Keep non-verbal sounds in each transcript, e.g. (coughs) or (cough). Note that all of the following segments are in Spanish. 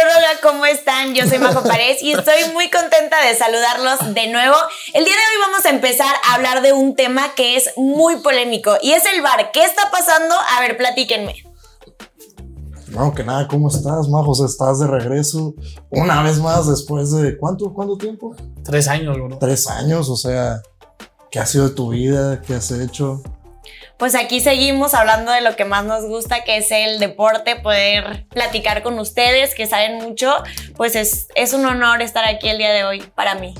Hola, ¿cómo están? Yo soy Majo Párez y estoy muy contenta de saludarlos de nuevo. El día de hoy vamos a empezar a hablar de un tema que es muy polémico y es el bar. ¿Qué está pasando? A ver, platíquenme. No, que nada, ¿cómo estás, Majos? Estás de regreso una vez más después de ¿cuánto, cuánto tiempo? Tres años, bro. Tres años, o sea, ¿qué ha sido de tu vida? ¿Qué has hecho? Pues aquí seguimos hablando de lo que más nos gusta, que es el deporte, poder platicar con ustedes, que saben mucho. Pues es, es un honor estar aquí el día de hoy para mí.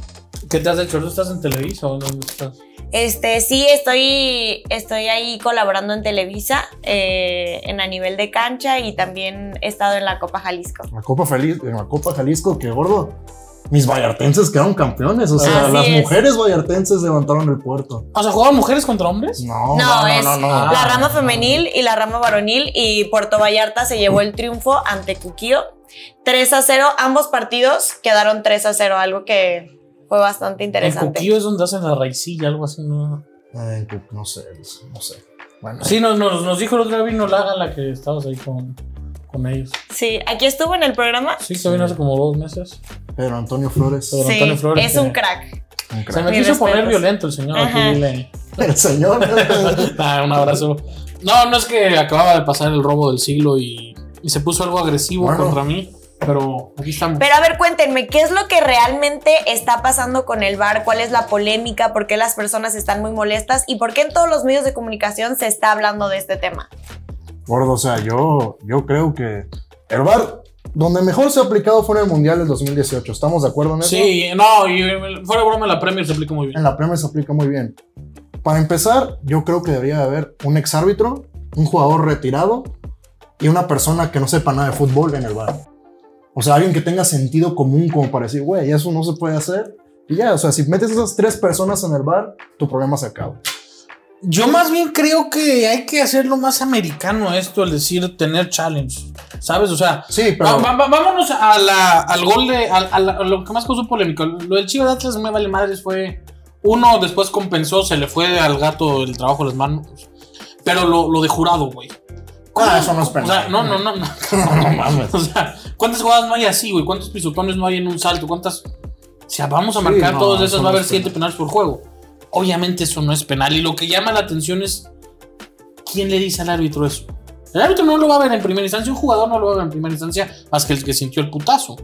¿Qué te has hecho? ¿Tú estás en Televisa o dónde estás? Este, sí, estoy, estoy ahí colaborando en Televisa, eh, en a nivel de cancha y también he estado en la Copa Jalisco. La Copa, Feliz, en la Copa Jalisco, que gordo. Mis vallartenses quedaron campeones, o sea, Así las es. mujeres vallartenses levantaron el puerto. O sea, ¿jugaban mujeres contra hombres? No, No, Oh, no, es no, no, no. la Ah, rama no. femenil y la rama varonil y Puerto Vallarta se llevó el triunfo ante Cuquío. 3 a 0, ambos partidos quedaron 3 a 0, algo que fue bastante El interesante. cuquillo es donde hacen la raicilla, algo así, ¿no? Ay, que no sé, no sé. Bueno, Sí, nos, nos, nos dijo el otro día vino Laga, la que estabas ahí con, con ellos. Sí, aquí estuvo en el programa. Sí, que vino hace como dos meses. Pedro Antonio Flores, Pedro Sí, Antonio Flores, eh. es un que- crack. un Se crack. me Mis quiso poner respetos. violento el señor. Aquí Ajá. dile. el señor. Nah, un abrazo. No, no es que acababa de pasar el robo del siglo y, y se puso algo agresivo Bueno. contra mí, pero aquí estamos. Pero a ver, cuéntenme, ¿qué es lo que realmente está pasando con el bar? ¿Cuál es la polémica? ¿Por qué las personas están muy molestas? ¿Y por qué en todos los medios de comunicación se está hablando de este tema? Gordo, o sea, yo, yo creo que el bar donde mejor se ha aplicado fue en el Mundial del 2018. ¿Estamos de acuerdo en eso? Sí, no, y fuera de broma, la Premier se aplica muy bien. En la Premier se aplica muy bien. Para empezar, yo creo que debería de haber un exárbitro, un jugador retirado y una persona que no sepa nada de fútbol en el bar. O sea, alguien que tenga sentido común como para decir, güey, eso no se puede hacer. Y ya, o sea, si metes esas tres personas en el bar, tu problema se acaba. Yo más bien creo que hay que hacerlo más americano esto, el decir tener challenge, ¿sabes? O sea, Sí, pero... va- va- va- vámonos a la- al gol de, al- a, la- a lo que más causó polémica. Lo del Chivo de Atlas me vale madres fue, uno después compensó, se le fue al gato el trabajo de las manos, pero lo, lo de jurado, güey. Ah, eso no es O sea, penal. no, no, no, no. (laughs) no mames. O sea, ¿cuántas jugadas no hay así, güey? ¿Cuántos pisotones no hay en un salto? ¿Cuántas? O sea, vamos a Sí, marcar no, todos eso esos, no va a haber es siete penal. penales por juego. Obviamente eso no es penal. Y lo que llama la atención es quién le dice al árbitro eso. El árbitro no lo va a ver en primera instancia, un jugador no lo va a ver en primera instancia más que el que sintió el putazo.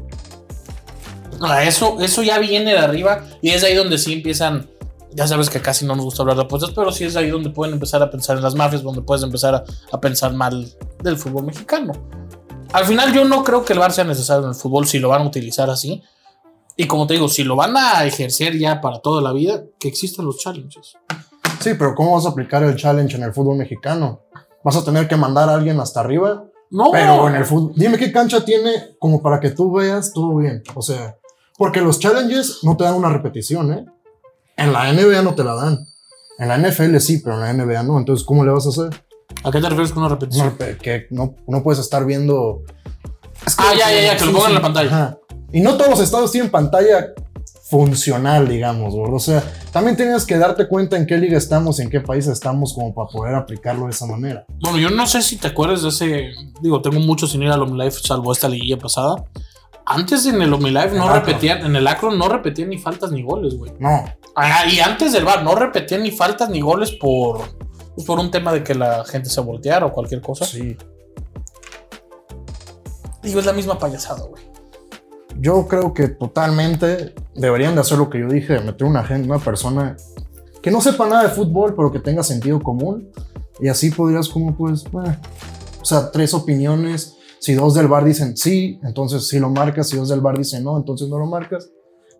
O sea, eso, eso ya viene de arriba y es ahí donde sí empiezan. Ya sabes que casi no nos gusta hablar de apuestas, pero sí es ahí donde pueden empezar a pensar en las mafias, donde puedes empezar a, a pensar mal del fútbol mexicano. Al final yo no creo que el VAR sea necesario en el fútbol si lo van a utilizar así. Y como te digo, si lo van a ejercer ya para toda la vida, que existan los challenges. Sí, pero ¿cómo vas a aplicar el challenge en el fútbol mexicano? ¿Vas a tener que mandar a alguien hasta arriba? No, Pero en el fútbol, dime qué cancha tiene como para que tú veas todo bien. O sea, porque los challenges no te dan una repetición, ¿eh? En la NBA no te la dan. En la NFL sí, pero en la NBA no. Entonces, ¿cómo le vas a hacer? ¿a qué te refieres con una No, repetición? pe- que no, no puedes estar viendo. Es Ah, ya, ya, ya, que lo sí, pongan en sí. la pantalla. Ajá. Y no todos los estados tienen pantalla funcional, digamos, gordo. O sea, también tienes que darte cuenta en qué liga estamos y en qué país estamos como para poder aplicarlo de esa manera. Bueno, yo no sé si te acuerdas de ese. Digo, tengo mucho sin ir al OmniLife, salvo esta liguilla pasada. Antes en el OmniLife no El Akron. repetían, en el Acro no repetían ni faltas ni goles, güey. No, Ah, y antes del VAR no repetían ni faltas ni goles por, pues, por un tema de que la gente se volteara o cualquier cosa. sí. Digo, es la misma payasada, güey. Yo creo que totalmente deberían de hacer lo que yo dije, de meter una gente, una persona que no sepa nada de fútbol, pero que tenga sentido común. Y así podrías como pues, eh, o sea, tres opiniones. Si dos del bar dicen sí, entonces sí lo marcas. Si dos del bar dicen no, entonces no lo marcas.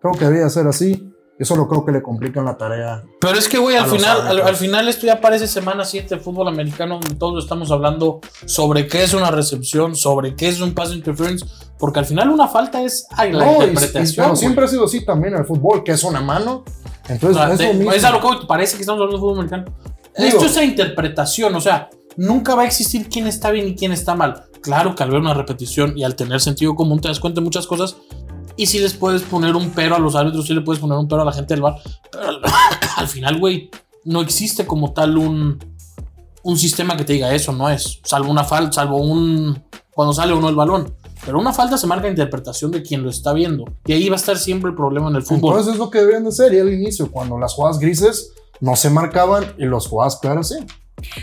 Creo que debería ser así. Yo solo creo que le complican la tarea. Pero es que, güey, A al los final, al, árbitros. al final esto ya parece semana 7 de fútbol americano, donde todos estamos hablando sobre qué es una recepción, sobre qué es un pass interference, porque al final una falta es ay, la No, y- y- interpretación. pero güey. siempre ha sido así también el fútbol, que es una mano. Entonces, O sea, es te- lo mismo. Ah, es a lo que voy, parece que estamos hablando de fútbol americano. Digo- Esto es la interpretación, o sea, nunca va a existir quién está bien y quién está mal. Claro que al ver una repetición y al tener sentido común te das cuenta de muchas cosas. Y si les puedes poner un pero a los árbitros, si le puedes poner un pero a la gente del bar. Pero al, (coughs) al final, güey, no existe como tal un, un sistema que te diga eso, no es. Salvo una falta, salvo un. Cuando sale uno el balón. Pero una falta se marca interpretación de quien lo está viendo. Y ahí va a estar siempre el problema en el fútbol. Entonces es lo que deberían de ser. Y al inicio, cuando las jugadas grises no se marcaban y las jugadas claras sí.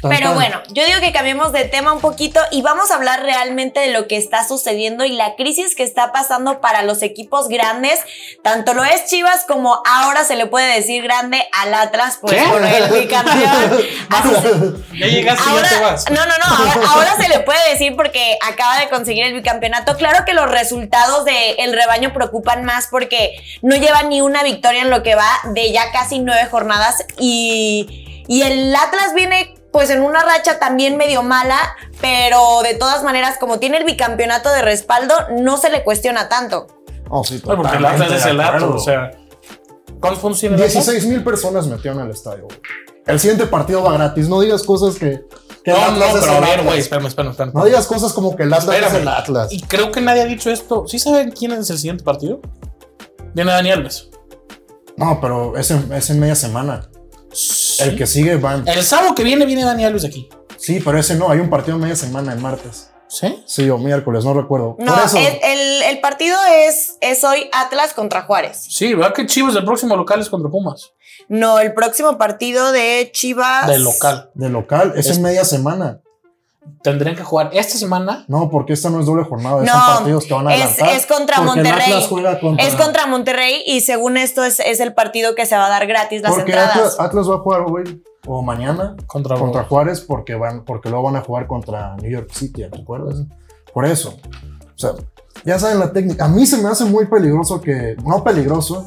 Tan, Pero tan. bueno, yo digo que cambiemos de tema un poquito y vamos a hablar realmente de lo que está sucediendo y la crisis que está pasando para los equipos grandes. Tanto lo es Chivas como ahora se le puede decir grande al Atlas por, ¿Qué? por el bicampeón. Así se- Ya llegaste y Ahora- ya te vas. No, no, no. (laughs) Ahora, ahora se le puede decir porque acaba de conseguir el bicampeonato. Claro que los resultados del rebaño preocupan más porque no lleva ni una victoria en lo que va de ya casi nueve jornadas. Y, y el Atlas viene. Pues en una racha también medio mala, pero de todas maneras, como tiene el bicampeonato de respaldo, no se le cuestiona tanto. Oh, sí, Bueno, porque el totalmente Atlas es de el Atlas, acuerdo. o sea. ¿Cuántos puntos tiene el Atlas? 16 mil personas metieron al estadio. güey. El siguiente partido va gratis. No digas cosas que. que el No, no, Atlas es pero el a ver, Atlas. güey, espérame, espérame, espérame. No digas cosas como que el Atlas es Espérame. el Atlas. Y creo que nadie ha dicho esto. ¿Sí saben quién es el siguiente partido? Viene Dani Alves. No, pero es en, es en media semana. El que sigue va. en- El sábado que viene viene Dani Alves aquí. Sí, pero ese no. Hay un partido en media semana el martes. ¿Sí? Sí, o miércoles, no recuerdo. No, Por eso. el, el- el partido es, es hoy Atlas contra Juárez. Sí, ¿verdad que Chivas el próximo local es contra Pumas? No, el próximo partido de Ah, Chivas. Del local. De local, es, Es- en media semana. Tendrían que jugar esta semana. No, porque esta no es doble jornada, No, son partidos que van a es, adelantar. es contra porque el Monterrey. Atlas juega contra- Es contra Monterrey y según esto es, es el partido que se va a dar gratis las Porque ah, entradas. Atlas, Atlas va a jugar hoy o mañana Contra, contra Juárez porque van porque luego van a jugar contra New York City, ¿te acuerdas? Por eso. O sea, ya saben la técnica. A mí se me hace muy peligroso que no peligroso,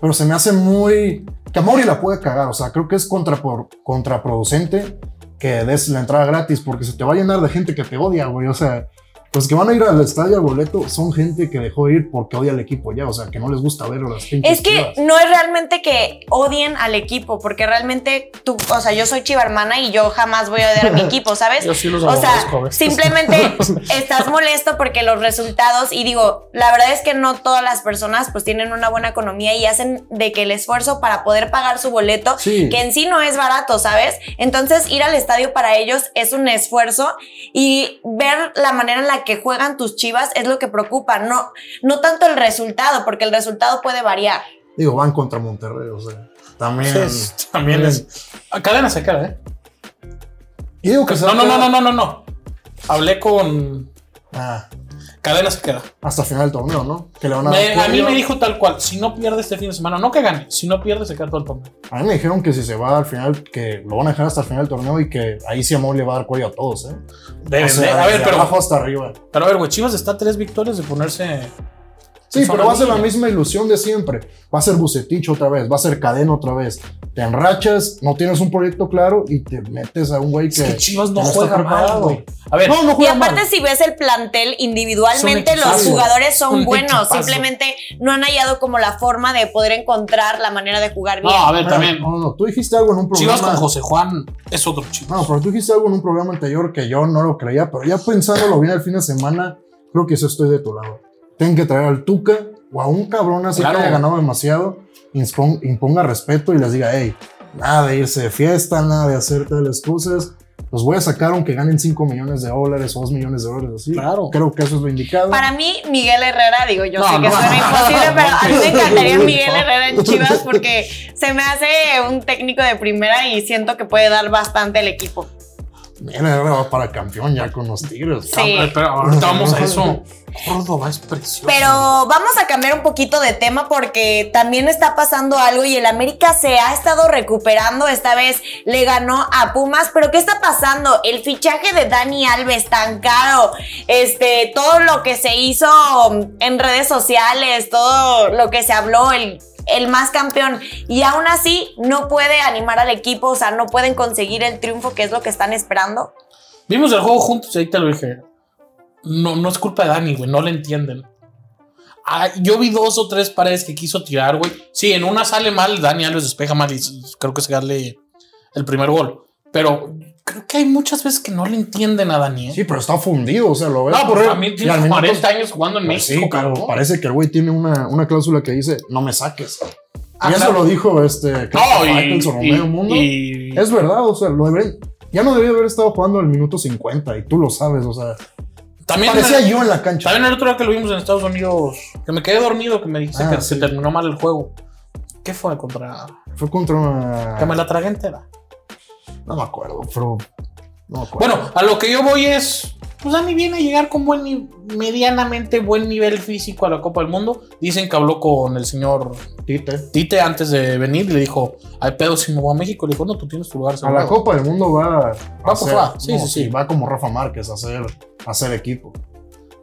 pero se me hace muy que Amori la puede cagar, o sea, creo que es contrapor- contraproducente que des la entrada gratis porque se te va a llenar de gente que te odia, güey, o sea, los que van a ir al estadio al boleto son gente que dejó de ir porque odia al equipo ya, o sea, que no les gusta ver a las pinches Es que Chivas. no es realmente que odien al equipo, porque realmente tú, o sea, yo soy chiva hermana y yo jamás voy a odiar a (laughs) mi equipo, ¿sabes? Yo sí los O sea, aborrezco a veces. simplemente estás molesto porque los resultados, y digo, la verdad es que no todas las personas pues tienen una buena economía y hacen de que el esfuerzo para poder pagar su boleto, Sí. que en sí no es barato, ¿sabes? Entonces ir al estadio para ellos es un esfuerzo y ver la manera en la que juegan tus chivas es lo que preocupa, no, no tanto el resultado, porque el resultado puede variar. Digo, van contra Monterrey, o sea, también Entonces, también es. Ah, Cadena se queda, ¿eh? Y digo Pues que se No, va no, a no, quedar- no, no, no, no. Hablé con. Ah, Cadena se queda. hasta final del torneo, ¿no? Que le van a, dar Me- a mí cuello. me dijo tal cual: si no pierde este fin de semana, no que gane, si no pierde se queda todo el torneo. A mí me dijeron que si se va al final, que lo van a dejar hasta el final del torneo y que ahí sí Amor le va a dar cuello a todos, ¿eh? Deben, O sea, de- a ver, desde pero. abajo hasta arriba. Pero a ver, güey, Chivas está a tres victorias de ponerse. Sí, Son pero va a ser la niños. misma ilusión de siempre. Va a ser Bucetich otra vez, va a ser Cadena otra vez. Te enrachas, no tienes un proyecto claro y te metes a un güey que... Es que Chivas no, está juega mal, preparado. güey. A ver, No, no Y juega mal. aparte si ves el plantel individualmente, Son los equipazos. jugadores son Son buenos, equipazos. simplemente no han hallado como la forma de poder encontrar la manera de jugar no, bien. a ver, Mira, también. Ah, No, no, tú dijiste algo en un programa... Chivas con José Juan es otro Chivas. No, pero tú dijiste algo en un programa anterior que yo no lo creía, pero ya pensándolo bien el fin de semana, creo que eso estoy de tu lado. Tienen que traer al Tuca o a un cabrón así Claro. que haya ganado demasiado, impon- imponga respeto y les diga, hey, nada de irse de fiesta, nada de hacer tales cosas. Los voy a sacar aunque ganen 5 millones de dólares o 2 millones de dólares así. Claro. Creo que eso es lo indicado. Para mí, Miguel Herrera, digo, yo No, sé que no. suena imposible, No, pero a (laughs) mí me no. encantaría Miguel Herrera en Chivas porque se me hace un técnico de primera y siento que puede dar bastante al equipo. Mira, ahora va para campeón ya con los Tigres. Sí. Ah, Pero ahorita vamos a (laughs) eso. Córdoba es precioso. Pero vamos a cambiar un poquito de tema porque también está pasando algo y el América se ha estado recuperando. Esta vez le ganó a Pumas, pero ¿qué está pasando? El fichaje de Dani Alves tan caro, este, todo lo que se hizo en redes sociales, todo lo que se habló, el el más campeón y aún así no puede animar al equipo, o sea, no pueden conseguir el triunfo que es lo que están esperando. Vimos el juego juntos y ahí te lo dije. No, no es culpa de Dani, güey. No le entienden. Ah, yo vi dos o tres paredes que quiso tirar, güey. Sí, en una sale mal, Dani Alves despeja mal y s- creo que se gale el primer gol. Pero creo que hay muchas veces que no le entienden a Dani. ¿eh? Sí, pero está fundido, o sea, lo veo. no, porque correr también y al tiene minuto 40 años jugando en Pues México, sí, pero cabrón. parece que el güey tiene una, una cláusula que dice, no me saques. Ah, y eso claro. lo dijo este No, Christopher y, Faitelson, y- medio mundo. y- Es verdad, o sea, lo deberían- ya no debería haber estado jugando al minuto 50 y tú lo sabes, o sea, También, Parecía yo en la cancha. también el otro día que lo vimos en Estados Unidos, que me quedé dormido, que me dijiste Ah, que sí. se terminó mal el juego. ¿Qué fue contra? Fue contra una- Que me la tragué entera. No me acuerdo, pero. No me acuerdo. Bueno, a lo que yo voy es. Pues Dani viene a llegar con buen ni- medianamente buen nivel físico a la Copa del Mundo. Dicen que habló con el señor Tite. Tite antes de venir y le dijo, al pedo si me voy a México. Le dijo, no, tú tienes tu lugar A seguro. la Copa del Mundo va. a por hacer- Fua, sí, no, sí, sí. Va como Rafa Márquez a hacer, a hacer equipo.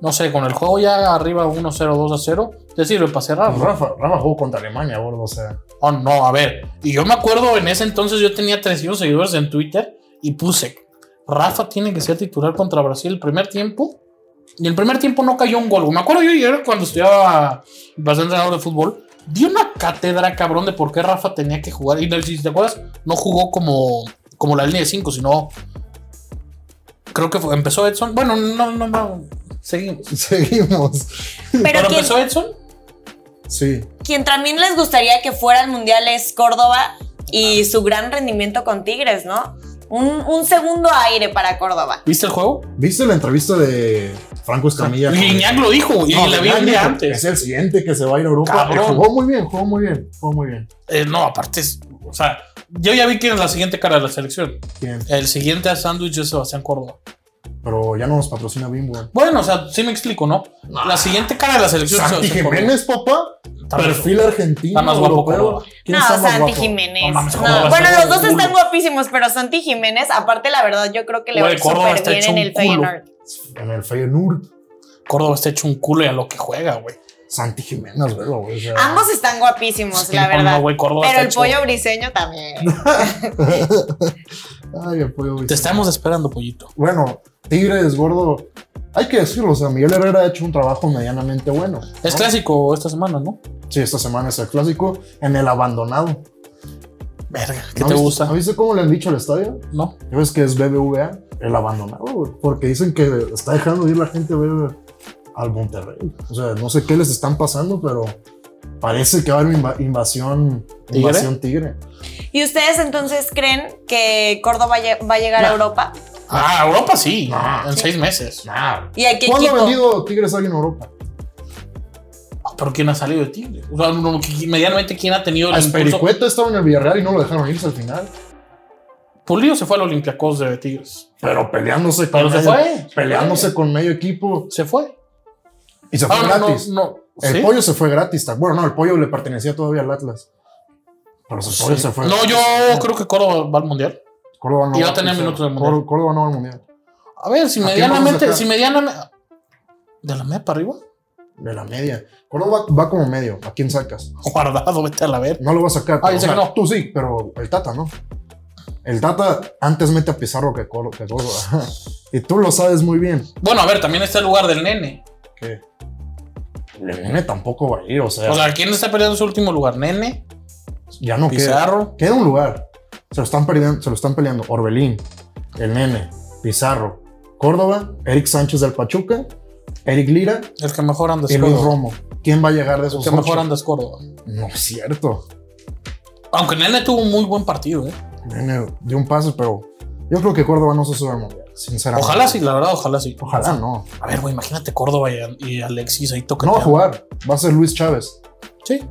No sé, con el juego ya arriba 1-0, 2-0, te sirve para cerrar. ¿no? Pues Rafa, Rafa jugó contra Alemania, gordo. O sea, (laughs) Oh, no, a ver. Y yo me acuerdo, en ese entonces yo tenía 300 seguidores en Twitter y puse, Rafa tiene que ser titular contra Brasil el primer tiempo. Y el primer tiempo no cayó un gol. Me acuerdo yo, yo cuando estudiaba bastante entrenador de fútbol, di una cátedra cabrón de por qué Rafa tenía que jugar. Y si te acuerdas, no jugó como, como la línea de 5, sino... Creo que fue- empezó Edson. Bueno, no, no, no. Seguimos. seguimos. Pero Pero quien, empezó Edson. Sí. quien también les gustaría que fuera al mundial es Córdoba y su gran rendimiento con Tigres, ¿no? Un, un segundo aire para Córdoba. ¿Viste el juego? ¿Viste la entrevista de Franco Escamilla? Y con- Iñak lo dijo, y No, la vi Iñak un día dijo, antes. Es el siguiente que se va a ir a Europa. Cabrón. Jugó muy bien, jugó muy bien, jugó muy bien. Eh, no, aparte, es- o sea, yo ya vi quién es la siguiente cara de la selección. Bien. El siguiente a sándwich es Sebastián Córdoba. Pero ya no nos patrocina Bimbo. Bueno, o sea, sí me explico, ¿no? Ah. La siguiente cara de la selección es Santi Sebastián Córdoba. Jiménez, papá. Está más- Perfil argentino. está más guapo europeo. Córdoba. No, ¿Quién está más Santi guapo? Jiménez. No mames, no. Córdoba Bueno, está los dos hecho un están culo. guapísimos, pero Santi Jiménez, aparte, la verdad, yo creo que le va a Güey, ir Córdoba súper está bien hecho en un el culo. Feyenoord. En el Feyenoord. Córdoba está hecho un culo y a lo que juega, güey. Santi Jiménez, verlo, güey. o sea, Ambos están guapísimos, Es que Pues, la no, verdad. güey, Córdoba pero está el hecho- pollo briseño también. (laughs) (laughs) Ay, apoyo. güey. Te estamos esperando, pollito. Bueno, Tigres, gordo. Hay que decirlo, o sea, Miguel Herrera ha hecho un trabajo medianamente bueno. ¿no? Es clásico esta semana, ¿no? Sí, esta semana es el clásico en el abandonado. Verga, ¿qué ¿No te viste- gusta? ¿No viste cómo le han dicho al estadio? ¿No? ¿Ya ves que es BBVA? El abandonado, güey, porque dicen que está dejando de ir la gente güey, al Monterrey. O sea, no sé qué les están pasando, pero parece que va a haber inva- invasión ¿Tigre? invasión tigre. ¿Y ustedes entonces creen que Córdoba lle- va a llegar a No. Europa? Ah, Europa sí, Ah. en seis meses. ¿Y a qué ¿Cuándo ha equipo? vendido Tigres alguien en Europa? Pero ¿quién ha salido de Tigre? O sea, no, que- medianamente, ¿quién ha tenido el impulso? Aspericueta Pues, estaba en el Villarreal y no lo dejaron irse al final. Pulido se fue al Olympiacos de Tigres. Pero peleándose con Pero se medio- fue. Peleándose con medio equipo. Se fue. Y se fue Ah, no, no, gratis. no. El ¿Sí? pollo se fue gratis. ta- Bueno, no, el pollo le pertenecía todavía al Atlas. Pero su pollo Sí. se Pues fue. No, yo creo que Córdoba va al mundial. Córdoba no Y va va a tener o sea, minutos del Mundial. Córdoba- Córdoba no va al mundial. A ver, si ¿A quién vamos a medianamente. sacar? Si medianamente. ¿De la media para arriba? (laughs) De la media. Córdoba va como medio. ¿A quién sacas? Guardado, vete a la ver. No lo vas a sacar. Ah, pero, dice o sea, que no. Tú sí, pero el Tata no. El Tata antes mete a Pizarro que Cor- que Córdoba. (laughs) y tú lo sabes muy bien. Bueno, a ver, también está el lugar del nene. Que el nene tampoco va a ir. O sea, O sea, ¿quién está peleando su último lugar? Nene, ya no queda. Pizarro. Queda un lugar. Se lo están perdiendo, se lo están peleando Orbelín, el Nene, Pizarro, Córdoba, Eric Sánchez del Pachuca, Eric Lira El que mejor anda y es Luis Córdoba. Romo. ¿Quién va a llegar de El esos que ocho? mejor anda es Córdoba. No es cierto. Aunque Nene tuvo un muy buen partido, ¿eh? Nene dio un paso, pero yo creo que Córdoba no se sube al mundial, sinceramente. Ojalá sí, la verdad, ojalá sí. Ojalá no. A ver, güey, imagínate Córdoba y, y Alexis ahí No tocando. va a jugar. Va a ser Luis Chávez, Sí.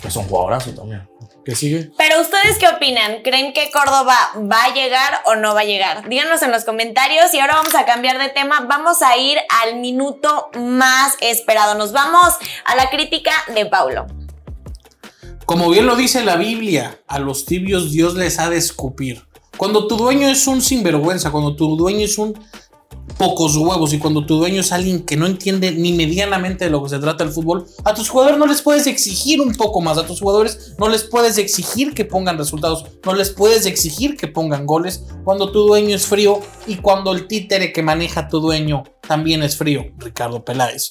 que es un jugadorazo también. ¿Qué sigue? Pero ustedes qué opinan? ¿Creen que Córdoba va a llegar o no va a llegar? Díganos en los comentarios y ahora vamos a cambiar de tema. Vamos a ir al minuto más esperado. Nos vamos a la crítica de Paulo. Como bien lo dice la Biblia, a los tibios Dios les ha de escupir. Cuando tu dueño es un sinvergüenza, cuando tu dueño es un pocos huevos y cuando tu dueño es alguien que no entiende ni medianamente de lo que se trata el fútbol, a tus jugadores no les puedes exigir un poco más, a tus jugadores no les puedes exigir que pongan resultados, no les puedes exigir que pongan goles cuando tu dueño es frío y cuando el títere que maneja tu dueño también es frío, Ricardo Peláez.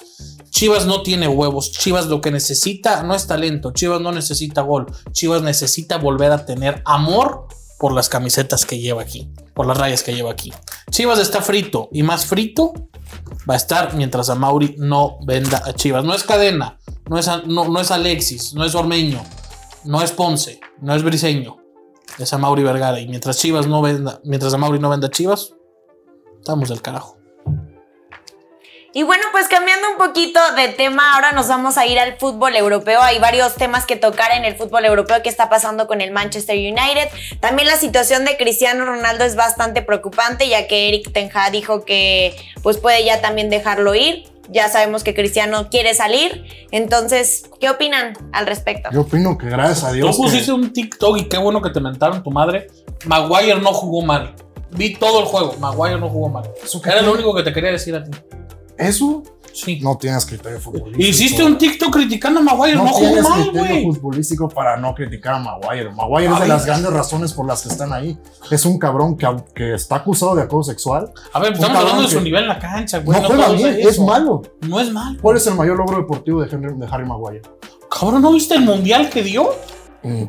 Chivas no tiene huevos, Chivas lo que necesita no es talento, Chivas no necesita gol, Chivas necesita volver a tener amor por las camisetas que lleva aquí, por las rayas que lleva aquí. Chivas está frito y más frito va a estar mientras a Mauri no venda a Chivas. No es Cadena, no es, a- no, no es Alexis, no es Ormeño, no es Ponce, no es Briseño, es a Mauri Vergara. Y mientras Chivas no venda, mientras a Mauri no venda a Chivas, estamos del carajo. Y bueno, pues cambiando un poquito de tema, ahora nos vamos a ir al fútbol europeo. Hay varios temas que tocar en el fútbol europeo que está pasando con el Manchester United. También la situación de Cristiano Ronaldo es bastante preocupante, ya que Eric Tenja dijo que pues puede ya también dejarlo ir. Ya sabemos que Cristiano quiere salir. Entonces, ¿qué opinan al respecto? Yo opino que gracias a Dios. Tú pusiste que- un TikTok y qué bueno que te mentaron tu madre. Maguire no jugó mal. Vi todo el juego. Maguire no jugó mal. ¿Eso qué Era lo tiene? único que te quería decir a ti. Eso Sí. no tienes criterio futbolístico. Hiciste un TikTok criticando a Maguire. No, No jugó tienes mal, criterio pues, güey. futbolístico para no criticar a Maguire. Maguire es de Ay. las grandes razones por las que están ahí. Es un cabrón que, que está acusado de acoso sexual. A ver, Un estamos pues, cabrón hablando de que su nivel en la cancha, güey. no juega podemos bien, hacer es eso. malo. No es mal. ¿Cuál es el mayor logro deportivo de, Henry- de Harry Maguire? Cabrón, ¿no viste el mundial que dio? Mm,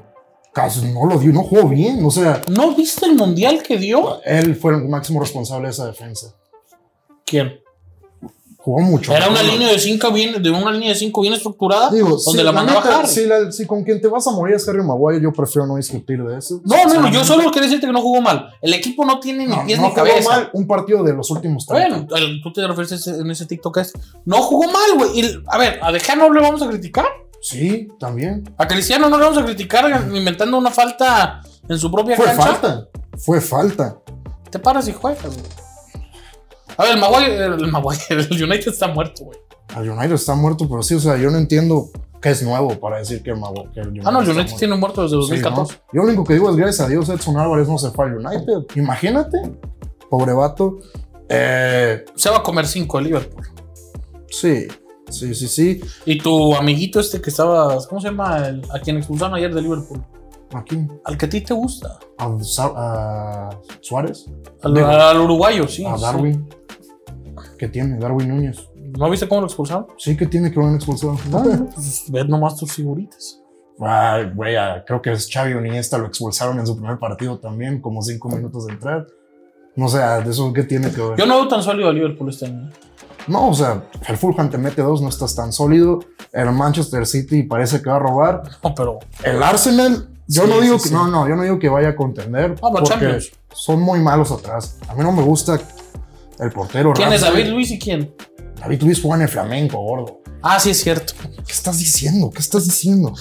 Casi no lo dio, no jugó bien. O sea, ¿No viste el mundial que dio? él fue el máximo responsable de esa defensa. ¿Quién? Jugó mucho. Era una mejor. línea de cinco bien, de una línea de cinco bien estructurada, Digo, donde sí, la mandaba neta, Harry. sí, la- sí, con quien te vas a morir es Harry Maguire. Yo prefiero no discutir de eso. No, no, no, yo solo quería decirte que no jugó mal. El equipo no tiene ni No, pies no ni jugó cabeza. mal un partido de los últimos 30. Bueno, el- tú te refieres ese- en ese TikTok es. No jugó mal, güey. Y, A ver, a Dejano no le vamos a criticar. Sí, también. A Cristiano no le vamos a criticar inventando una falta en su propia Fue cancha. falta. Fue falta. Te paras y juegas, güey. A ver, el Maguire, el Maguire, (laughs) el United está muerto, güey. El United está muerto, pero sí, o sea, yo no entiendo qué es nuevo para decir que el Maguire. que el United Ah, no, el está United muerto. tiene muerto desde Sí, ¿no? 2014. Yo lo único que digo es gracias a Dios Edson Álvarez no se fue al United. Imagínate, pobre vato. Eh, Se va a comer cinco el Liverpool. sí, sí, sí, sí. Y tu amiguito este que estaba, ¿cómo se llama? El- a quien expulsaron ayer de Liverpool. Aquí, Al que a ti te gusta. a, Sa- a Suárez, Al, Digo, al uruguayo, sí. a sí. Darwin. ¿Qué tiene? Darwin Núñez. ¿No viste cómo lo expulsaron? Sí que tiene que lo han expulsado. (laughs) Pues, Ves nomás tus figuritas. Ay, güey, ah, creo que es Xavi o Iniesta lo expulsaron en su primer partido también, como cinco minutos de entrar. No sé, ah, de eso qué tiene que ver. Yo no veo tan sólido a Liverpool este año. No, o sea, el Fulham te mete dos, no estás tan sólido. El Manchester City parece que va a robar. No, pero. El Arsenal, yo Sí, no digo sí, que sí. no, no, yo no digo que vaya a contender Ah, pero porque Champions. son muy malos atrás. A mí no me gusta el portero. ¿Quién es Ramsey. David Luis y quién? David Luis juega en el Flamenco, gordo. Ah, sí, es cierto. ¿Qué estás diciendo? ¿Qué estás diciendo?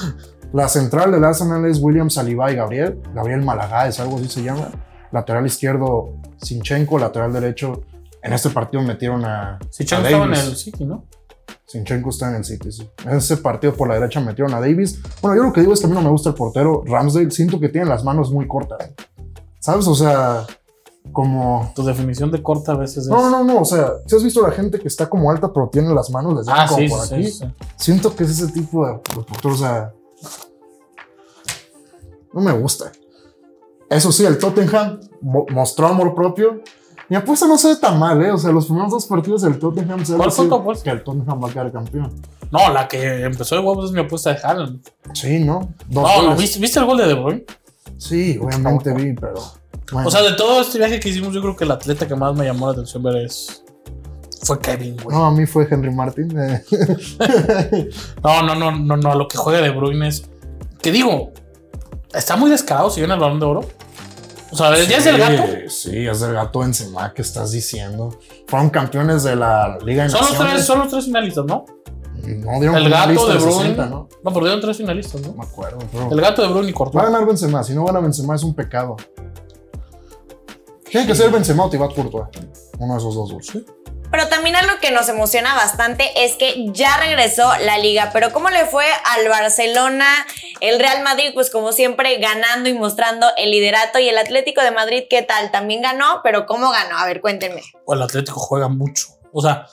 La central del Arsenal es William Saliba y Gabriel. Gabriel Malagáez, algo así se llama. Lateral izquierdo, Sinchenko. Lateral derecho, en este partido metieron a. Si a Chang estaba en Davis. el City, ¿no? Sinchenko está en el City, sí. En ese partido por la derecha metieron a Davis. Bueno, yo lo que digo es que a mí no me gusta el portero. Ramsdale, siento que tiene las manos muy cortas. ¿Sabes? O sea, como... Tu definición de corta a veces es. No, no, no, o sea, si has visto la gente que está como alta pero tiene las manos les dan Ah, como sí, por sí, aquí. sí, sí. Siento que es ese tipo de, de portero, o sea... No me gusta. Eso sí, el Tottenham mo- mostró amor propio. Mi apuesta no se ve tan mal, ¿eh? O sea, los primeros dos partidos del Tottenham se ve ¿Cuál pues? fue decir tu apuesta? que el Tottenham va a quedar campeón. No, la que empezó de huevos es mi apuesta de Haaland. Sí, ¿no? Dos No, no, goles. ¿viste, viste el gol de De Bruyne? Sí, obviamente vi, pero. bueno. O sea, de todo este viaje que hicimos, yo creo que el atleta que más me llamó la atención ver es. Fue Kevin, güey. no, a mí fue Henry Martin. (laughs) eh. No, no, no, no, no. A lo que juega De Bruyne es. Que digo, está muy descarado si viene el balón de oro. O sea, ya es el gato. Sí, es el gato Benzema que estás diciendo. Fueron campeones de la Liga de Son los, Naciones. tres, son los tres finalistas, ¿no? No dieron El una gato lista de Bruyne. 60, ¿no? ¿no? pero dieron tres finalistas, No ¿no? me acuerdo, pero. El gato de Bruyne y Courtois. Va a ganar Benzema. Si no gana Benzema, es un pecado. Tiene que ser Benzema o Tibat Courtois. Uno de esos dos. güey. Pero también algo que nos emociona bastante es que ya regresó la liga. Pero ¿cómo le fue al Barcelona? El Real Madrid, pues como siempre, ganando y mostrando el liderato. Y el Atlético de Madrid, ¿qué tal? También ganó, pero ¿cómo ganó? A ver, cuéntenme. O el Atlético juega mucho. O sea,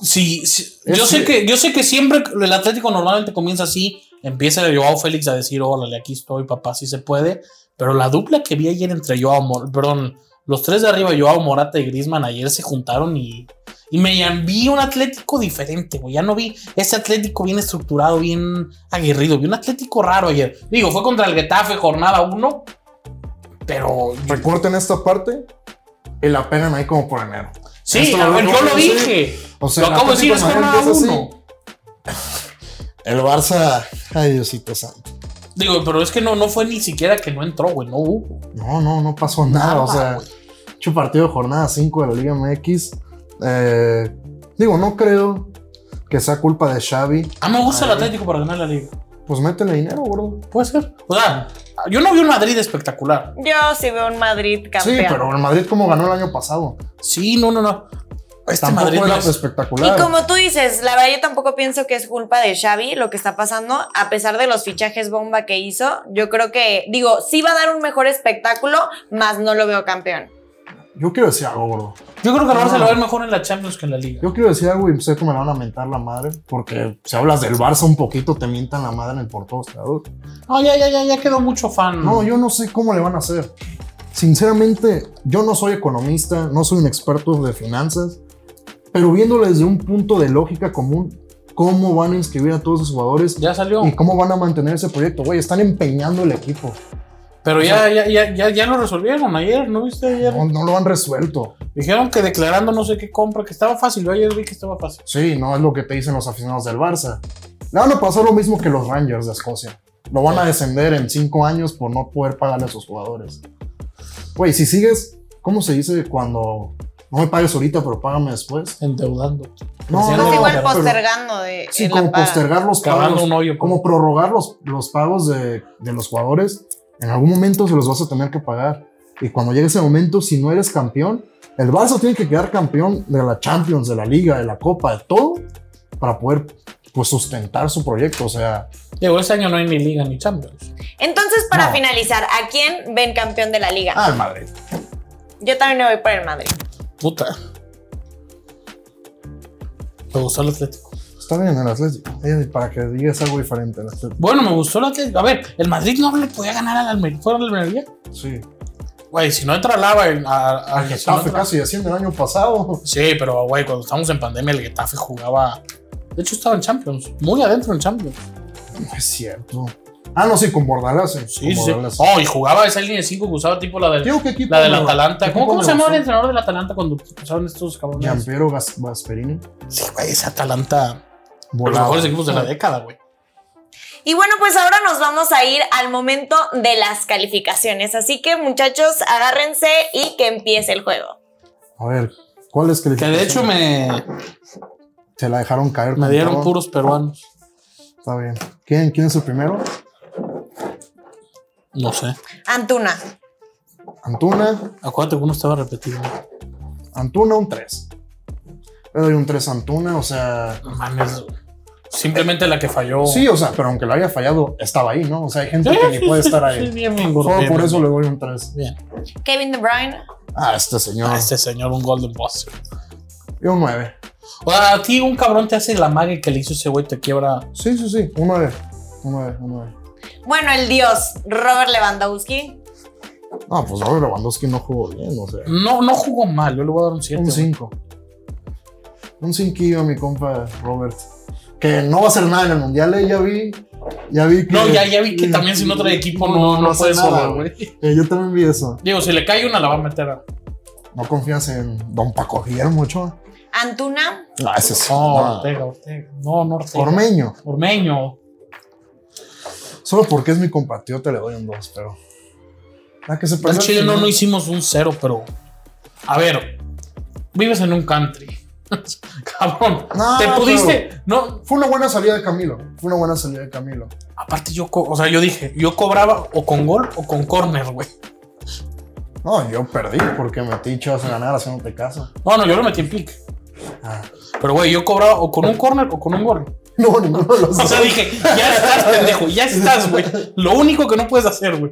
si, si- Es yo, sé que- que, yo sé que siempre el Atlético normalmente comienza así. Empieza el Joao Félix a decir, órale, aquí estoy, papá, si se puede. Pero la dupla que vi ayer entre Joao Mor- perdón, los tres de arriba, Joao Morata y Griezmann, ayer se juntaron y, y me vi un Atlético diferente, güey. Ya no vi ese Atlético bien estructurado, bien aguerrido. Vi un Atlético raro ayer. Digo, fue contra el Getafe, jornada 1. Pero Recorten esta parte y la pegan ahí como por enero. sí, Esto a lo ver, veo yo como lo que sí. dije. O sea, Lo el acabo de decir, es Atlético de jornada Madrid empieza así. 1. El Barça. Ay, Diosito santo. Digo, pero es que no, no fue ni siquiera que no entró, güey, no hubo. No, no, no pasó nada. o sea, güey. hecho partido de jornada 5 de la Liga MX. Eh, Digo, no creo que sea culpa de Xavi. A mí Ah, me gusta el Atlético para ganar la liga. Pues métele dinero, gordo. Puede ser. O sea, yo no vi un Madrid espectacular. Yo sí veo un Madrid campeón. Sí, pero el Madrid como ganó el año pasado. Sí, no, no, no. Este Tampoco Madrid no era pues, es- espectacular. Y como tú dices, la verdad yo tampoco pienso que es culpa de Xavi lo que está pasando, a pesar de los fichajes bomba que hizo, yo creo que, digo, sí va a dar un mejor espectáculo, más no lo veo campeón. Yo quiero decir algo, gordo. Yo creo que el Barça No. lo va a ver mejor en la Champions que en la liga. Yo quiero decir algo y sé que me la van a mentar la madre. Porque si hablas del Barça un poquito, te mientan la madre en por todos lados. No, Ah, ya, ya, ya, ya quedó mucho fan. No, yo no sé cómo le van a hacer. Sinceramente, yo no soy economista, no soy un experto de finanzas, pero viéndolo desde un punto de lógica común, ¿cómo van a inscribir a todos los jugadores? Ya salió. ¿Y cómo van a mantener ese proyecto? Güey, están empeñando el equipo. Pero ya, ya, ya, ya, ya lo resolvieron ayer, ¿no viste ayer? No, no lo han resuelto. Dijeron que declarando no sé qué compra, que estaba fácil. Yo ayer vi que estaba fácil. Sí, no es lo que te dicen los aficionados del Barça. Le van a pasar lo mismo que los Rangers de Escocia. Lo van a descender en cinco años por no poder pagarle a sus jugadores. Güey, si sigues, ¿cómo se dice cuando no me pagues ahorita, pero págame después? Endeudando. No, Pues no, igual pero- postergando de Sí, en la como paga. postergar los Cavando pagos, un hoyo. como prorrogar los, los pagos de, de los jugadores. En algún momento se los vas a tener que pagar. Y cuando llegue ese momento, si no eres campeón, el Barça tiene que quedar campeón de la Champions, de la Liga, de la Copa, de todo, para poder pues, sustentar su proyecto. O sea, Digo, este año no hay ni liga ni Champions. Entonces, para No. Ah. finalizar, ¿a quién ven campeón de la liga? Ah, al Madrid. Yo también me voy por el Madrid. Puta. Me gustó el Atlético. Está bien el Atlético. Eh, Para que digas algo diferente este al Atlético. Bueno, me gustó el Atlético. A ver, el Madrid no le podía ganar al Almería. ¿Fuera al Almería? Sí. Güey, si no entra Lava en- a, a- Al si no Getafe entra- casi haciendo el año (laughs) pasado. Sí, pero güey, cuando estábamos en pandemia, el Getafe jugaba. De hecho, estaba en Champions. Muy adentro en Champions. No es cierto. Ah, no, sí, con Bordalás. eh, Sí, con sí. Bordalás. Oh, y jugaba esa línea de 5 que usaba tipo la del, Digo, ¿qué equipo la del me- Atalanta. qué ¿Cómo, equipo cómo me se llamaba el gustó? entrenador del Atalanta cuando usaban estos cabrones? Giampiero Gas- Gasperini. Sí, güey, esa Atalanta. Los Volaba. mejores equipos de la década, güey. Y bueno, pues ahora nos vamos a ir al momento de las calificaciones. Así que, muchachos, agárrense y que empiece el juego. A ver, ¿cuál es que Que de hecho me, Se la dejaron caer. me con dieron todo. puros peruanos. Está bien. ¿Quién, quién es el primero? No sé. Antuna. Antuna. Acuérdate que uno estaba repetido. Antuna, un 3. Le doy un 3 a Antuna, o sea. No mames. Simplemente la que falló. Sí, o sea, pero aunque lo haya fallado, estaba ahí, ¿no? O sea, hay gente Oh. Sí, que ni sí, puede sí, estar sí, ahí. bien, bien, Solo gordo, bien, Oh, por bien. eso le doy un 3. Bien. Kevin De Bruyne. Ah, este señor. A este señor un Golden Buzzer. Y un 9. O sea, a ti un cabrón te hace la mague que le hizo ese güey, te quiebra. Sí, sí, sí. Un 9. Un 9, un 9. Bueno, el dios, Robert Lewandowski. No, pues ahora Lewandowski no jugó bien, o sea. No, no jugó mal, yo le voy a dar un 7. Un 5. Un cinquillo a mi compa Robert. Que no va a hacer nada en el mundial, eh, ya vi. Ya vi que. No, ya, ya vi que también si no trae equipo no, no, hace puede nada, solo, güey. Eh, yo también vi eso. Digo, si le cae una la va a meter a. No confías en Don Paco Guillermo Ochoa. Antuna. No, ese es. No, no. Ortega, Ortega. No, no Ortega. Ormeño. Ormeño. Solo porque es mi compatriota le doy un 2, pero. Ah, que se En perdió el Chile no, final. no hicimos un cero, pero. A ver, vives en un country. (laughs) Cabrón. No, te pero- pudiste. No. Fue una buena salida de Camilo. Fue una buena salida de Camilo. Aparte, yo, co- o sea, yo dije, yo cobraba o con gol o con corner, güey. No, yo perdí porque metí Chivas a ganar haciéndote caso. No, no, yo lo metí en pick. Ah. (laughs) Pero, güey, yo cobraba o con un corner o con un gol. (laughs) No, ninguno de los O dos. sea, dije, ya estás, pendejo, ya estás, güey. Lo único que no puedes hacer, güey.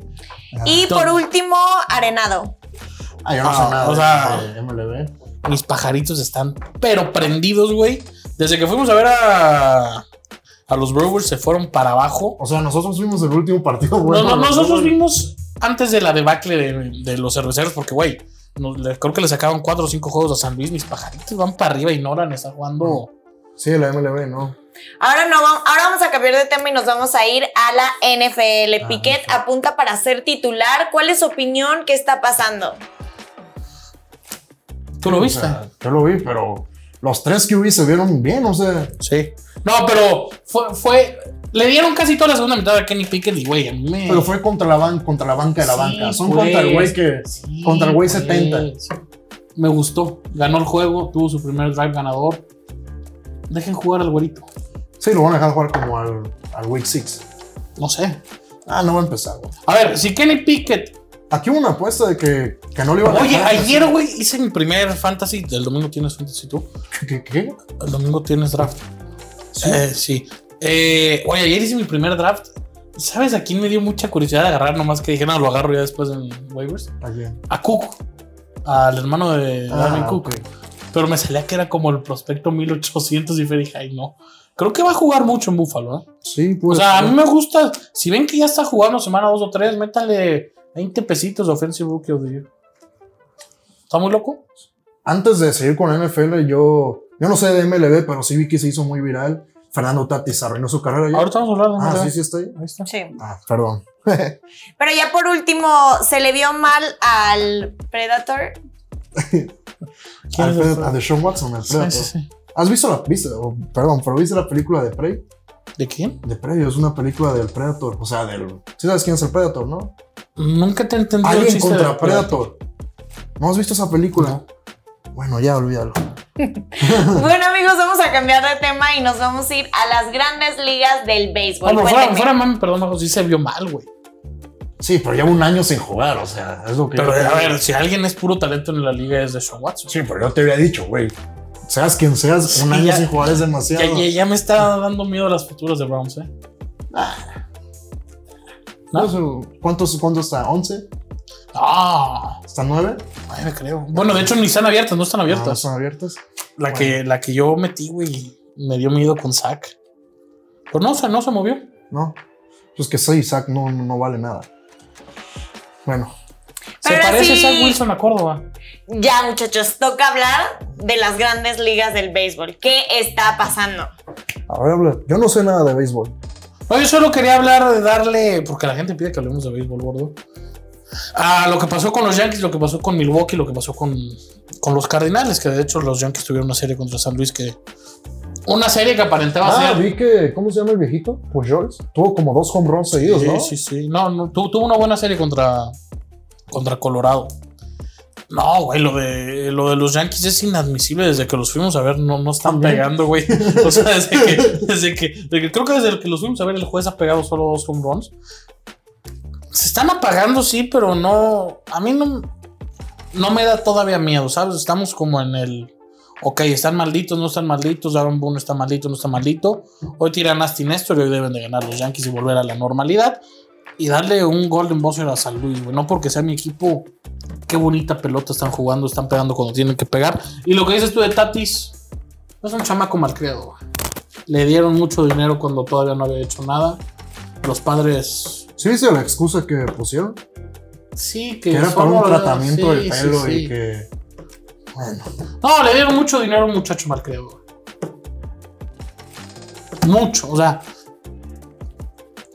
Ah. Y por último, Arenado. Ah, yo no Ah, sé nada. o de- sea- de MLB. Mis pajaritos están pero prendidos, güey. Desde que fuimos a ver a, a los Brewers se fueron para abajo. O sea, nosotros fuimos el último partido bueno. no, no, de los nosotros Brewers. vimos antes de la debacle de, de los cerveceros, porque, güey, nos- le- creo que le sacaron cuatro o cinco juegos a San Luis. Mis pajaritos van para arriba y Nolan está jugando. Sí, la MLB, ¿no? Ahora, no, va- ahora vamos a cambiar de tema y nos vamos a ir a la NFL. Ah, Piquet NFL. apunta para ser titular. ¿Cuál es su opinión? ¿Qué está pasando? ¿Tú lo O viste? sea, yo lo vi, pero los tres que vi se vieron bien, o sea. Sí. No, pero fue, fue. Le dieron casi toda la segunda mitad a Kenny Pickett y, güey, a mí me. Pero fue contra la banca, contra la banca de la Sí, banca. Son pues, contra el güey que. sí, contra el güey pues. 70. Me gustó. Ganó el juego, tuvo su primer drive ganador. Dejen jugar al güerito. Sí, lo van a dejar jugar como al, al Week 6. No sé. Ah, no va a empezar, güey. A ver, si Kenny Pickett. Aquí hubo una apuesta de que, que no le iban a Oye, dejar. ayer, güey, hice mi primer fantasy. El domingo tienes fantasy tú. ¿Qué? qué? El domingo tienes draft. Sí. Eh, sí. Eh, oye, ayer hice mi primer draft. ¿Sabes a quién me dio mucha curiosidad de agarrar? Nomás que dije, no, lo agarro ya después en waivers. ¿A quién? A Cook. Al hermano de Dalvin Ah, Cook. ok. Pero me salía que era como el prospecto 1800 y dije, ay, no. Creo que va a jugar mucho en Buffalo, ¿eh? Sí, O pues. sea, a mí me gusta. Si ven que ya está jugando semana 2 o 3, métale 20 pesitos de Offensive Rookie of the Year. ¿Está muy loco? Antes de seguir con la NFL, yo, yo no sé de MLB, pero sí vi que se hizo muy viral. Fernando Tatis arruinó su carrera. ayer. Ahorita vamos a hablar de Ah, NBA. sí, sí, está ahí. Ahí está. Sí. Ah, perdón. Pero ya por último, se le vio mal al (clears throat) Predator. ¿Quién es Alfred, el- a Deshaun ah, Watson, el Predator. Sí, sí, sí. ¿Has visto la, viste, o, perdón, pero viste la película de Prey? ¿De quién? De Prey, es una película del Predator. O sea, del. Sí sabes quién es el Predator, ¿no? Nunca te he entendido el Alien chiste contra de- Predator. ¿No has visto esa película? Bueno, ya olvídalo. Bueno, amigos, vamos a cambiar de tema y nos vamos a ir a las grandes ligas del béisbol. Bueno, fuera, Cuéntenme. fuera mami, perdón, Majo, sí se vio mal, güey. Sí, pero lleva un año sin jugar, o sea, es lo que. Pero yo te a digo. ver, si alguien es puro talento en la liga es de Sean Watson. Sí, pero yo te había dicho, güey. Seas quien seas, un Sí, año ya- sin jugar es demasiado. Ya, ya- ya me está dando miedo las futuras de Browns, ¿eh? ¿no? Eso, ¿Cuántos, ¿Cuánto está? ¿11? Ah, ¿Está Ah, 9? ay, me creo. Bueno, de hecho ni están abiertas, no están No, abiertas. ¿Están abiertas? Ah, La, que, la que yo metí, güey, me dio miedo con Zach. Pero no, o sea, no se movió. No. Pues que soy Isaac, no, no, no vale nada. Bueno, Se Pero parece sí. Zach Wilson a Córdoba. Ya, muchachos, toca hablar de las grandes ligas del béisbol. ¿Qué está pasando? ahora habla. Yo no sé nada de béisbol. No, yo solo quería hablar de darle, porque la gente pide que hablemos de béisbol, gordo. A lo que pasó con los Yankees, lo que pasó con Milwaukee, lo que pasó con, con los Cardinales, que de hecho los Yankees tuvieron una serie contra San Luis que. Una serie que aparentaba Ah, ser. vi que, ¿cómo se llama el viejito? Pujols. Tuvo como dos home runs seguidos, sí, ¿no? Sí, sí. No, no, tu- tuvo una buena serie contra, contra Colorado. No, güey, lo de, lo de los Yankees es inadmisible. Desde que los fuimos a ver, no, no están También. pegando, güey. (laughs) O sea, desde que, desde que- desde que- Creo que desde que los fuimos a ver, el juez ha pegado solo dos home runs. Se están apagando, sí, pero no. A mí no, no me da todavía miedo, ¿sabes? Estamos como en el. Ok, están malditos, no están malditos. Aaron Boone está maldito, no está maldito. Hoy tiran Asti Néstor y hoy deben de ganar los Yankees y volver a la normalidad. Y darle un Golden Buzzer a San Luis, güey. No porque sea mi equipo. Qué bonita pelota están jugando, están pegando cuando tienen que pegar. Y lo que dices tú de Tatis, no es un chamaco malcriado. güey. Le dieron mucho dinero cuando todavía no había hecho nada. Los padres. ¿Sí viste la excusa que pusieron? Sí, que. Que era para solo un había- tratamiento sí, del sí, pelo sí. y que. Bueno, No, le dieron mucho dinero a un muchacho malcriado. güey. Mucho, o sea.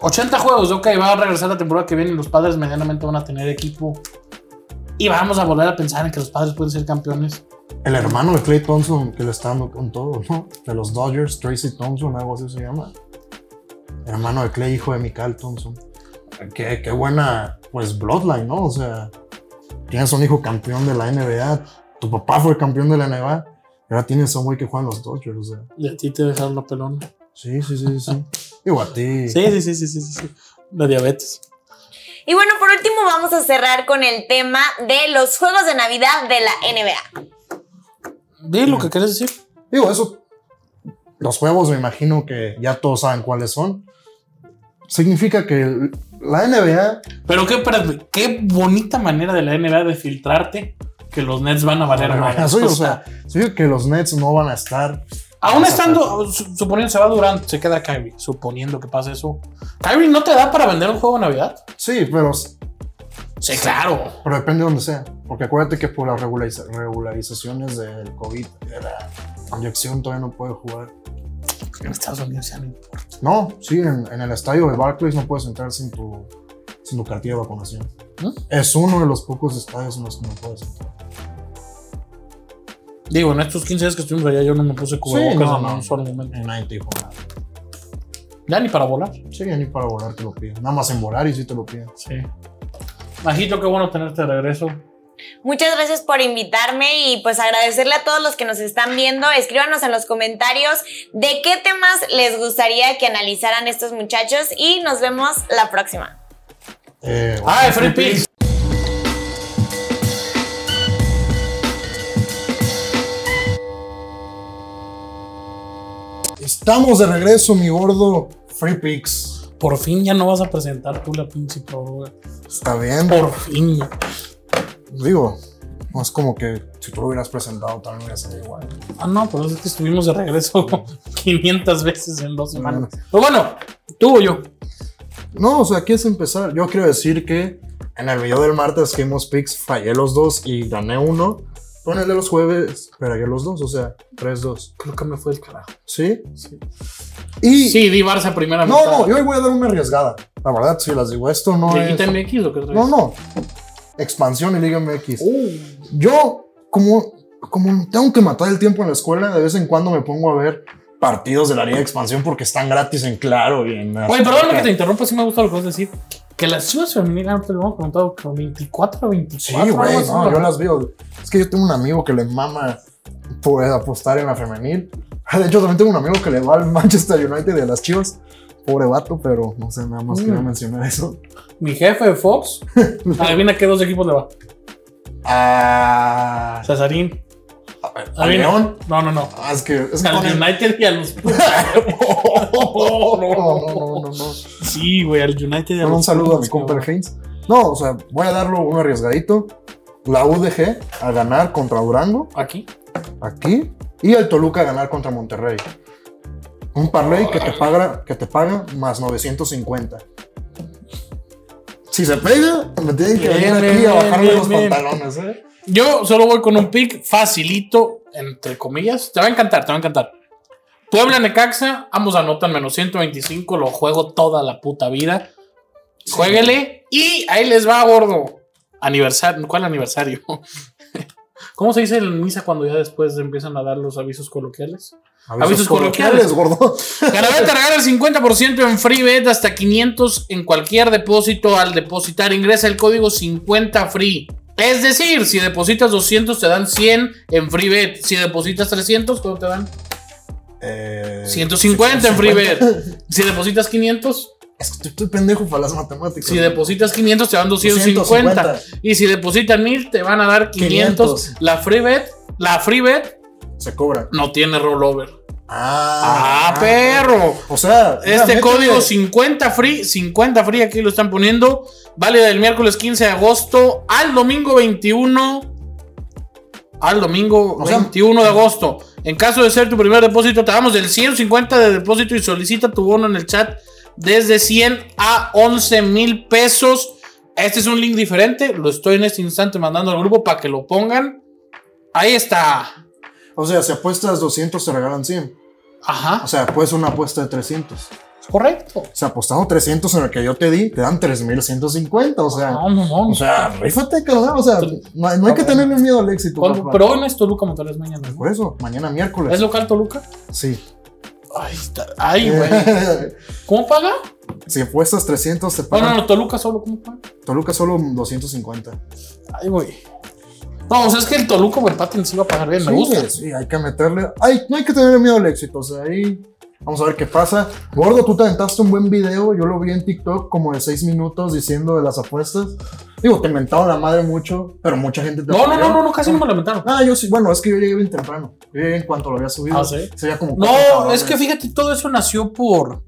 80 juegos, ok, va a regresar la temporada que viene y los padres medianamente van a tener equipo. Y vamos a volver a pensar en que los padres pueden ser campeones. el hermano de Clay Thompson que le está dando con todo, ¿no? De los Dodgers, Tracy Thompson, algo así se llama. Hermano de Clay, hijo de Michael Thompson. Qué, qué buena, pues, bloodline, ¿no? O sea, tienes un hijo campeón de la NBA, tu papá fue campeón de la NBA, y ahora tienes a un güey que juega en los Dodgers, o sea. Y a ti te dejaron la pelona. Sí, sí, sí, sí, sí. Digo, a ti. Sí, sí, sí, sí, sí, sí, sí. La diabetes. Y bueno, por último vamos a cerrar con el tema de los juegos de Navidad de la NBA. Di lo que quieres decir. Digo, eso. Los juegos me imagino que ya todos saben cuáles son. Significa que el- la NBA. Pero qué, espérate, qué bonita manera de la NBA de filtrarte que los Nets van a valer madre. Soy, O o sea, sea, significa que los Nets no van a estar. Aún estando, su- suponiendo se va Durant, se queda Kyrie, suponiendo que pase eso. Kyrie no te da para vender un juego de Navidad. Sí, pero, Sí, claro. pero depende de donde sea. Porque acuérdate que por las regulariza- regularizaciones del COVID, de la inyección, todavía no puede jugar. En Estados Unidos ya no importa. No, sí, en, en el estadio de Barclays no puedes entrar sin tu, sin tu cartilla de vacunación. ¿Mm? Es uno de los pocos estadios en los que no puedes entrar. Digo, en estos 15 días que estuvimos allá, yo no me puse cubrebocas Sí, no, en no. un solo momento. En nadie te dijo nada. Ya ni para volar. Sí, ni para volar te lo piden. Nada más en volar y sí te lo piden. Sí. Majito, qué bueno tenerte de regreso. Muchas gracias por invitarme y pues agradecerle a todos los que nos están viendo. Escríbanos en los comentarios de qué temas les gustaría que analizaran estos muchachos y nos vemos la próxima. Eh, Ah, Free Picks. Estamos de regreso, mi gordo. Free Picks. Por fin ya no vas a presentar tú la pinche prórroga. Está bien. Por fin. Digo, no es como que si tú lo hubieras presentado, tal vez hubiera sido igual. Ah, no, pero es que estuvimos de regreso (laughs) 500 veces en dos semanas. Pero bueno, tú o yo. No, o sea, ¿qué es empezar? Yo quiero decir que en el video del martes que hemos picks fallé los dos y gané uno. Pero en el de los jueves fallé los dos, o sea, 3-2. Creo que me fue el carajo. ¿Sí? Y. Sí, di Barça primera No, no, yo hoy voy a dar una arriesgada. La verdad, si las digo, esto no es. ¿Te MX lo que traes? No, no. Expansión y Liga MX. Uh, Yo, como, como tengo que matar el tiempo en la escuela, de vez en cuando me pongo a ver partidos de la Liga de Expansión porque están gratis en Claro y en. Oye, perdóname que te interrumpa, sí me gusta lo que vas a decir. Que las chivas femeninas ganan, te lo hemos preguntado, con 24 o 24. Sí, güey, algo así, no, yo las veo. Es que yo tengo un amigo que le mama poder apostar en la femenil. Ah, De hecho, también tengo un amigo que le va al Manchester United y a las Chivas. Pobre vato, pero no sé, nada más Mm. quería mencionar eso. Mi jefe de (laughs) Fox, adivina qué dos equipos le va. Ah, Cesarín. ¿A León? No, no, no. ah, es que... Es que Al con el- (laughs) United y a los. No, no, no, no, no. Sí, güey, al United y a Bueno, los. un saludo a mi compa el Haynes. No, o sea, voy a darlo un arriesgadito. La UDG a ganar contra Durango, Aquí. aquí. Y el Toluca a ganar contra Monterrey. Un parlay que te paga, que te paga más 950. Si se pega, me tienen que Bien, venir bien, aquí a bien, bajarme bien, los bien. pantalones, ¿eh? Yo solo voy con un pick facilito, entre comillas. Te va a encantar, te va a encantar. Puebla Necaxa, ambos anotan menos 125, lo juego toda la puta vida. Jueguele y ahí les va, gordo. Aniversario, ¿cuál aniversario? (laughs) ¿Cómo se dice en misa cuando ya después empiezan a dar los avisos coloquiales? Avisos coloquiales. gordo. Garabeta regala el 50% en FreeBet hasta 500 en cualquier depósito. Al depositar ingresa el código 50FREE. Es decir, si depositas 200 te dan 100 en FreeBet. Si depositas 300, ¿cuánto te dan? Eh, 150 en FreeBet. Si depositas 500, Es que estoy, estoy pendejo para las matemáticas. si depositas 500 te dan 250. 250. Y si depositan 1000 te van a dar 500. 500. La FreeBet, la FreeBet Se cobra. no tiene rollover. Ah, Ah, perro. O sea, mira, Este métele. código 50 free, 50 free aquí lo están poniendo. Vale del miércoles 15 de agosto al domingo 21. Al domingo O sea, 21 de agosto. En caso de ser tu primer depósito, te damos del 150 de depósito y solicita tu bono en el chat desde 100 a 11 mil pesos. Este es un link diferente. Lo estoy en este instante mandando al grupo para que lo pongan. Ahí está. O sea, si apuestas 200 te regalan 100. Ajá. O sea, puedes una apuesta de 300. Correcto. O sea, apostando 300 en el que yo te di, te dan 3150. O sea, No, no, no. o sea, rífate, cabrón. O sea, no, hay- no hay que tenerle miedo al éxito. ¿Cuándo? papá. Pero hoy no es Toluca Monterrey, es mañana. ¿no? Por eso, mañana miércoles. ¿Es local Toluca? Sí. Ay, está- ay, güey. (laughs) ¿Cómo paga? si apuestas 300 te No, no, pagan. no, Toluca solo, ¿cómo paga? Toluca solo 250. Ay, güey. No, o sea, es que el Toluca o el Patin sí va a pagar bien, me Sí, gusta. güey, Sí, hay que meterle. Ay, no hay que tenerle miedo al éxito. O sea, ahí vamos a ver qué pasa. Gordo, tú te aventaste un buen video. Yo lo vi en TikTok como de 6 minutos diciendo de las apuestas. Digo, te mentaron la madre mucho, pero mucha gente te No, no, apoyó. no, no, no, casi no me lamentaron. Ah, yo sí. Bueno, es que yo llegué bien temprano. Yo llegué en cuanto lo había subido. Ah, ¿sí? Sería como. cuatro No, cabrones. es que fíjate, todo eso nació por.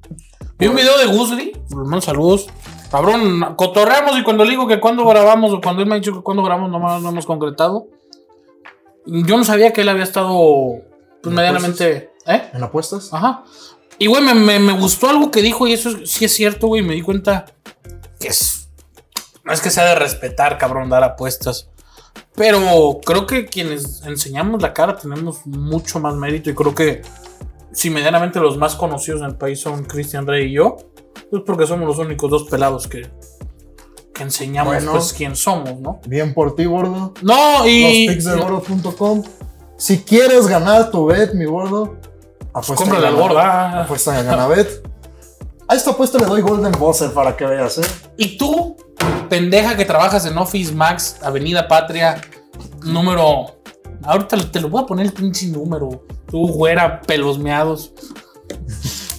Vi un video de Guzli, le mando saludos. Cabrón, cotorreamos y cuando le digo que cuando grabamos o cuando él me ha dicho que cuando grabamos no, más no hemos concretado. Yo no sabía que él había estado pues, medianamente. ¿Eh? ¿En apuestas? Ajá. Y, güey, me, me- me gustó algo que dijo y eso es- sí es cierto, güey. Me di cuenta que es... No es que sea de respetar, cabrón, dar apuestas. Pero creo que quienes enseñamos la cara tenemos mucho más mérito y creo que si medianamente los más conocidos en el país son Cristian Rey y yo, pues porque somos los únicos dos pelados que, que enseñamos Bueno. pues quién somos, ¿no? Bien por ti, gordo. No, y... Lospixdelgordo.com. Si quieres ganar tu bet, mi gordo, apuesta en Cómprale al Ganabet. gordo. ah. Apuesta en Ganabet. A esta apuesta le doy Golden Buzzer para que veas, ¿eh? Y tú, pendeja que trabajas en Office Max, Avenida Patria, número. Ahorita te lo voy a poner el pinche número. Tú, güera, pelos meados.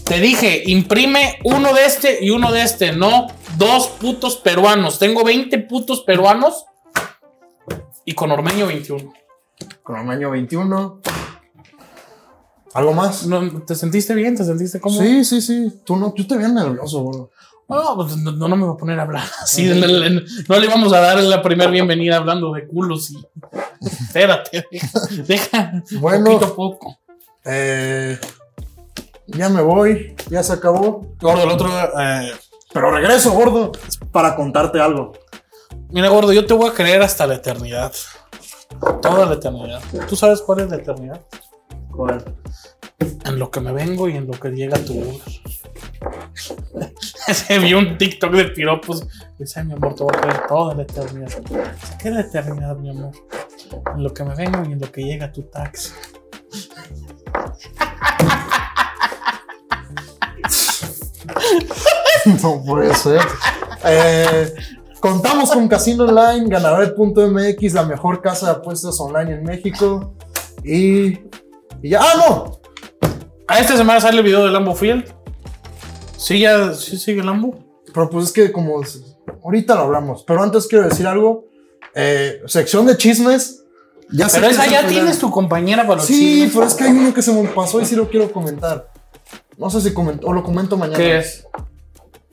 Te dije, imprime uno de este y uno de este, no dos putos peruanos. Tengo 20 putos peruanos y con Ormeño 21. Con el año 21. ¿Algo más? No, ¿Te sentiste bien? ¿Te sentiste cómodo? Sí, sí, sí. Tú no, yo te veía nervioso, boludo. No, pues, no, no me voy a poner a hablar (laughs) así. en el- en- no le vamos a dar la primera bienvenida hablando de culos y. Espérate, deja, deja Bueno. poquito a poco. Eh, ya me voy, ya se acabó. Gordo, el otro. Eh, pero regreso, gordo, para contarte algo. Mira, gordo, yo te voy a creer hasta la eternidad. Toda la eternidad. ¿Tú sabes cuál es la eternidad? En lo que me vengo y en lo que llega tu lugar. (laughs) Se vio un TikTok de piropos. Dice, "Ay, mi amor, te voy a creer toda la eternidad. ¿Qué es la eternidad, mi amor? En lo que me vengo y en lo que llega tu taxi. (laughs) No puede ser. Eh, contamos con Casino Online, Ganabet.mx, la mejor casa de apuestas online en México. Y, y ya. ¡Ah, no! A esta semana sale el video de Lambo Field. Sí, ya sí sigue Lambo. Pero pues es que como es- ahorita lo hablamos. Pero antes quiero decir algo. Eh, sección de chismes. Ya sé Pero que esa es ya popular. tienes tu compañera para los Sí, chismes. pero es que hay uno que se me pasó y sí lo quiero comentar. No sé si comentó o lo comento mañana. ¿Qué es?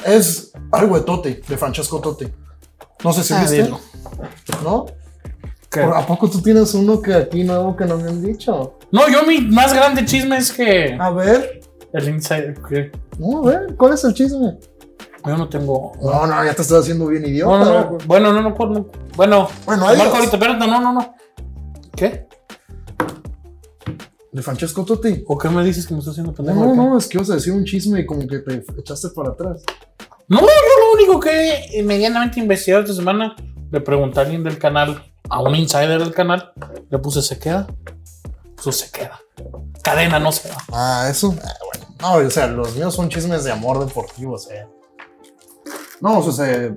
Es algo de Totti, de Francesco Totti. No sé si Ah, viste. dilo. ¿No? ¿Por- ¿A poco tú tienes uno que aquí nuevo que no me han dicho? No, yo mi más grande chisme es que A ver. el insider que No, a ver, ¿cuál es el chisme? yo no tengo. No, no, ya te estás haciendo bien idiota. No, no, no. Bueno, no, no, no, no. Bueno, Bueno, te adiós. marco ahorita, espérate, no, no, no. ¿Qué? De Francesco Totti. ¿O qué me dices que me estás haciendo No, pendejo? no, ¿Qué? no, es que ibas a decir un chisme y como que te echaste para atrás. No, yo lo único que he medianamente investigado esta semana, le pregunté a alguien del canal, a un insider del canal, le puse se queda, puso se queda. Cadena no se va. Ah, eso. ah, bueno. No, o sea, los míos son chismes de amor deportivo, o sea. No, o sea, se-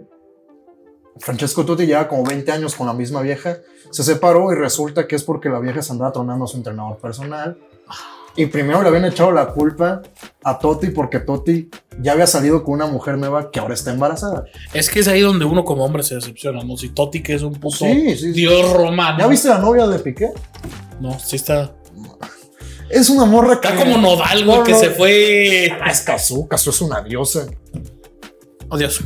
Francesco Totti lleva como 20 años con la misma vieja. Se separó y resulta que es porque la vieja se andaba tronando a su entrenador personal. Y primero le habían echado la culpa a Totti porque Totti ya había salido con una mujer nueva que ahora está embarazada. Es que es ahí donde uno como hombre se decepciona, ¿no? Si Totti, que es un puto Sí, sí, sí. dios romano. ¿Ya viste la novia de Piqué? No, sí está. Es una morra que. Está como nodal, güey, No, que no. se fue. Ah, Es Kazuka, eso es una diosa. Adiós.